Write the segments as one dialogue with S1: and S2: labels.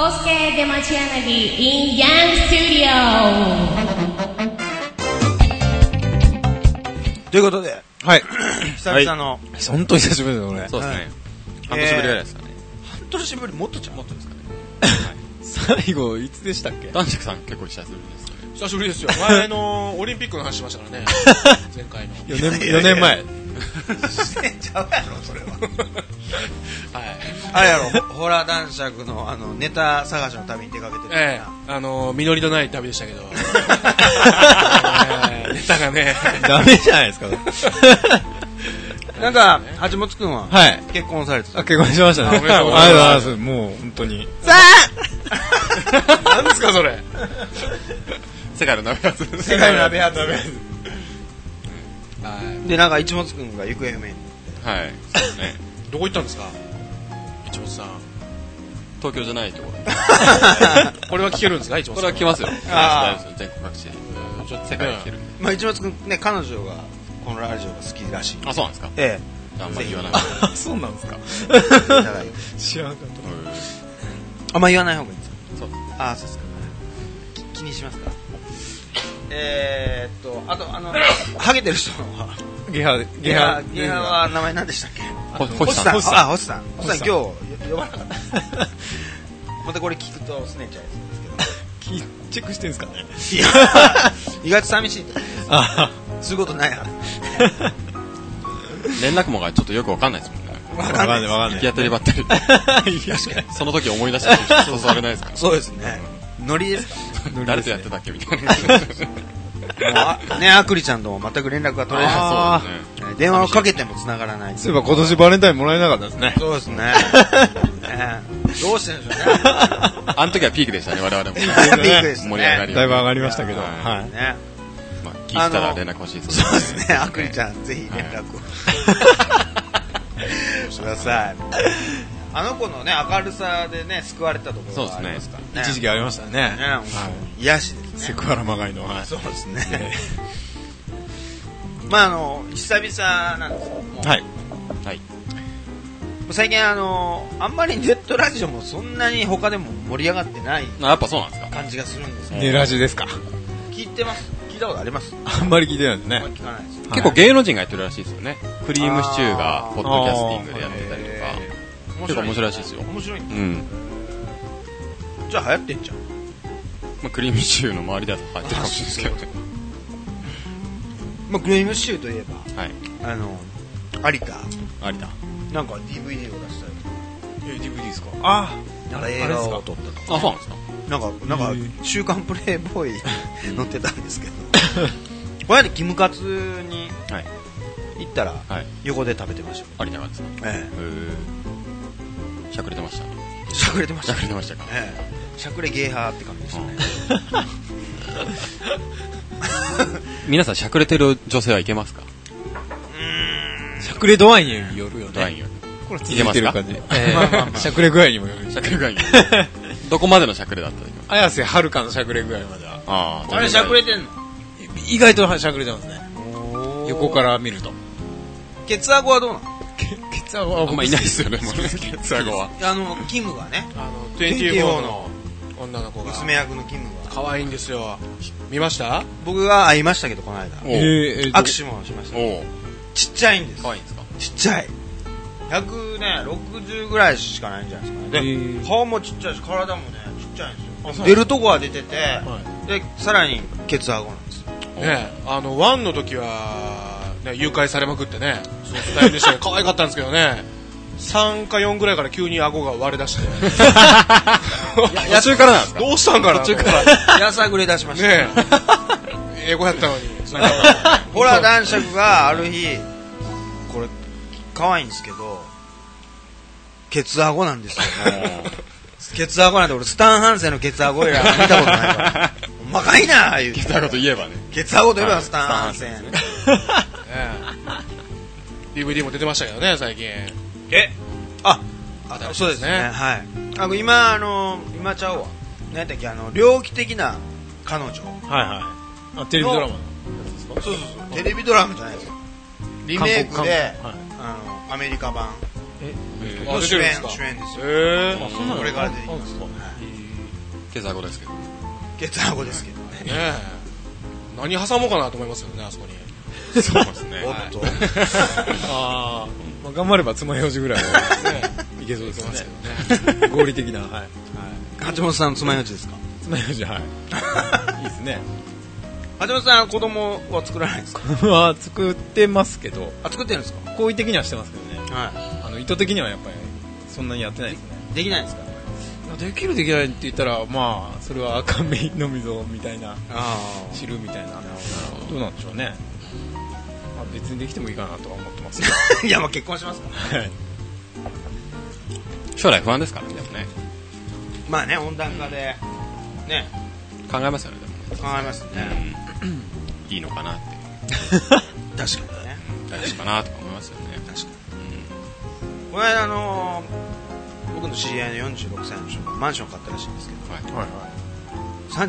S1: Kosuke Demachianagi in Yang Studio.
S2: ということで、
S3: はい。
S2: 久々の、
S3: 本当に久しぶりだよ、俺。
S4: そうです
S2: はい
S4: ね。半年ぶりぐらいですかね。
S2: 半年ぶりもっとちゃんもっとですかね。
S3: 最後、いつでしたっけ
S4: 男爵さん結構久しぶりですね。
S5: 久しぶりですよ。前の、オリンピックの話しましたからね。前回の。
S3: ?4 年、四年前。
S2: してんちゃうやろ、それは。
S5: はい。
S2: あれやろ、ほホラー男爵のあのネタ探しの旅に出かけてる
S5: ええ
S2: やん
S5: あのー、実りのない旅でしたけど。ええネタがね。
S3: ダメじゃないですか。
S2: なんか、橋本くんは、
S3: はい。
S2: 結婚されてた。
S3: あ、結婚しましたね。あ
S5: あおめでとうございます
S3: りがとうございます。もう、本当に。
S5: 何ですか、それ。
S4: 世界の鍋やつ。世
S2: 世界の鍋
S4: や
S2: やつ。
S5: は
S2: で、なんか、一本くんが行方不明に。
S4: はい。そうですね。
S5: い。どこ行ったんですか一本さん。
S4: 東京じゃないところ。
S5: これは聞けるんですか一本
S4: こ
S5: さ
S4: れ
S5: ん。
S4: は来ますよ。
S2: あ
S4: 大丈夫ですよ全国各地で。
S5: うんちょっと
S4: 世界に来てるんで。
S2: まあ、一本くんね、彼女が、このラジオが好きらしい。
S4: あ、そうなんですか
S2: え
S4: あんまり言わない。
S3: あ、そうなんですか。
S2: え、いただいて。
S3: 知らんかっ
S2: あんま言わない方がいいですか
S4: そう
S2: ああ、そうですか。き気にしますかえーっと、あと、あ の、ハゲてる人は、
S3: た。ゲハ、
S2: ゲハ、ゲ
S3: ゲ
S2: ハ
S3: ハ
S2: は名前何でしたっけ
S4: ほ星さん。
S2: 星あ、星さん。星さん、
S3: 星
S2: 今
S3: さ
S2: 日
S3: ん
S2: よ呼ばなかったです。またこれ聞くとすねちゃいそうですけど。
S3: きチェックしてんすかね。
S2: 意外と寂しいと。
S3: あ
S2: そういうことないは
S4: 連絡網がちょっとよくわかんないですもんね。
S2: わ
S3: わかんない、わかん な
S4: 行き当たりばったり。
S3: い。いや、
S4: その時思い出したら 誘われないですか
S2: そうですね。ノリですか
S4: ら。誰とやってたっけみ たいな。そうですね。
S2: もうあね、あくりちゃんとも全く連絡が取れな
S3: あ
S2: いね。電話をかけても繋がらない。
S3: そういえば今年バレンタインもらえなかったですね。
S2: そうですね。ねどうしてんでしょうね。
S4: あの時はピークでしたね、我々も。
S2: ピークですね。
S4: 盛り上がり
S3: だいぶ上
S4: は。
S3: がりましたけど。
S4: はい
S3: はい。
S2: ね。
S4: まあ、聞いてたら連絡欲しいですね。
S2: そうですね。あくりちゃん、ぜひ連絡を。ください。あの子のね、明るさでね、救われたところがありますからね。
S3: 一時期ありましたね。
S2: ね、本当に癒しです
S3: セ
S2: ね。
S3: クハラまがいの。はい
S2: そうですね。 まああの久々なんですけども、
S3: はい。
S2: 最近あのあんまりネットラジオもそんなに他でも盛り上がってない
S4: あやっぱそうなんですか
S2: 感じがするんですよ。
S3: ネラジですか。
S2: 聞いてます。聞いたことあります。
S3: あんまり聞いてないです
S2: あ
S3: ね
S2: んま。り聞かないです。
S4: 結構芸能人がやってるらしいですよね。クリームシチューが、ポッドキャスティングでやってたりとか。結構面白いらしいですよ。
S2: 面白いんだ。
S4: うん。
S2: じゃあ流行ってんじゃん。
S4: まあ、クリームシチューの周りだと入ってるかもしれないですけ
S2: まあグレイムシューといえば
S4: ど。はい。
S2: あの有田
S4: ありだ。
S2: なんか DVD を出したりとか。
S3: DVD ですかあ
S2: なんか映
S3: あれです
S2: 画
S3: か
S2: を撮ったとか。
S4: あ、そうなんですか。
S2: なんか、なん
S3: へ
S2: か、週刊プレイボーイ載ってたんですけど、これでキムカツに
S4: はい
S2: 行ったら、
S4: はい
S2: 横で食べてまし
S4: ありだがですか。
S2: た。え
S4: へーしゃくれてました。
S2: え、しゃくれてまし。
S4: したゃくれてましたか。
S2: ええ、しゃくれゲーハーって感じでしたね。
S4: 皆さん、しゃくれてる女性はいけますか
S3: しゃくれ度合いによるよ
S4: ドライ
S3: ね。
S4: ン よ
S3: これ
S4: いけますか
S3: 感じ。えーしゃくれ具合にもよる
S4: り。しゃくれ具合による。どこまでのしゃくれだったらいいか。
S3: 綾瀬はるかのしゃくれ具合までは。
S4: あ
S2: あれ、しゃくれ
S4: て
S2: てんの。
S3: 意外としゃくれてますね。横からら見る と。
S2: ケツアゴはどうなの
S3: ケケツアゴは
S4: あんまいないです よね、もうね。ツアゴは。
S2: あの、キムがね、
S5: あの、24の女の子が。
S2: 娘役のキムが。
S5: 可愛いんですよ。見ました
S2: 僕が会いましたけど、この間。
S4: お
S3: えー
S4: う
S3: えーと
S2: 握手もしました。
S4: おう
S2: ちっちゃいんです
S4: か。わいいんですか
S2: ちっちゃい。100ね、60ぐらいしかないんじゃないですかね。で
S3: えー
S2: 顔もちっちゃいし、体もね、ちっちゃいんですよ。出るとこは出てて、で、さらに、ケツアゴなんですよ。
S5: ねあの、ワンの時は、ね、誘拐されまくってね、そう大変でしたけど、可愛かったんですけどね、3か4ぐらいから急に顎が割れ出して、
S4: 野中からなんですか
S5: どうしたんかな途中から。
S2: やさぐれ出しました。
S5: ね え、英語やったのに。
S2: ほら、男爵がある日、これ、可愛いんですけど、ケツアゴなんですよ。ケツアゴなんて俺、スタンハンセンのケツアゴ以来見たことないから。ほんまかいな言うて
S4: ケ。ツアゴといえばね。
S2: ケツアゴといえばスタンハンセン。
S5: DVD も出てましたけどね、最近。
S2: あ、
S5: あ
S2: そうですね。。はい。あの今、あの、今ちゃうわ。何だっけ、あの、猟奇的な彼女。
S3: はいはい。あ、テレビドラマの。
S2: そうそうそう。テレビドラマじゃないですよ。リメイクで、
S3: 韓国韓
S2: あの、アメリカ版。
S3: 国
S5: あ出て
S2: 主
S5: るんで
S2: 演
S5: すか
S2: 主演ですよ
S5: ええ
S4: そうなの
S2: これから出てきます
S4: ケツアゴですけど。
S2: ケツアゴですけどね
S5: ねえ何挟もうかなと思いますよねあそこに
S4: そうですね。
S2: お っと
S3: あー、まあ、頑張れば爪楊枝ぐらい はいけそうです
S5: ます
S3: ね。合理的な、はい、
S2: 橋本さんの爪楊枝ですか
S3: 爪楊枝 はい。いいですね。
S2: 橋本さん子供は作らないんですか
S3: これは作ってますけど、
S2: あ作ってるんですか
S3: 好意的にはしてますけどね。
S2: は
S3: あの意図的にはやっぱりそんなにやってないですね。
S2: いできないんですか
S3: できるできないって言ったらまあそれは赤目の溝みたいな
S2: あ
S3: 知るみたいなどうなんでしょうね、まあ、別にできてもいいかなとは思ってます
S2: あ いやまあ結婚しますから
S3: はい
S4: 将来不安ですからね、でもね。
S2: まあね温暖化でね
S4: 考えますよね、でもね。
S2: 考えますね
S4: いいのかなって。
S2: 確かにね
S4: 大事かなとか思いますよね。
S2: 確かにこれあのー僕の知り合いの46歳の人がマンション買ったらしいんですけど
S4: うん。
S3: はい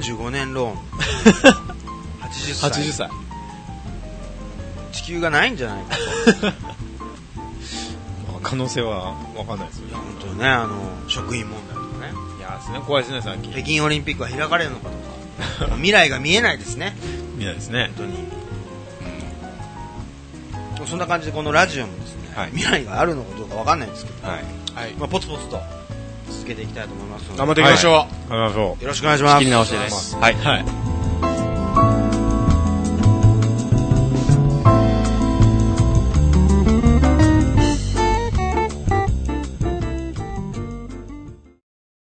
S2: 35年 ローン80歳
S3: 80歳
S2: 地球がないんじゃないか
S3: まあ可能性は分かんないですよね
S2: 本当ねあの職員問題とかね
S3: いやーですね怖いですね最近
S2: 北京オリンピックは開かれるのかとか未来が見えないですね
S3: みたいですね
S2: 本当にそんな感じでこのラジオもですね、
S4: はい
S2: 未来があるのかどうかわかんないんですけど、
S4: はい。
S5: はい
S2: まあ、ポツポツと続けていきたいと思いますので
S5: 頑張っていきましょう、
S3: 頑張りましょ
S2: よろしくお願いします
S4: 切り直しです。はい。
S3: うはい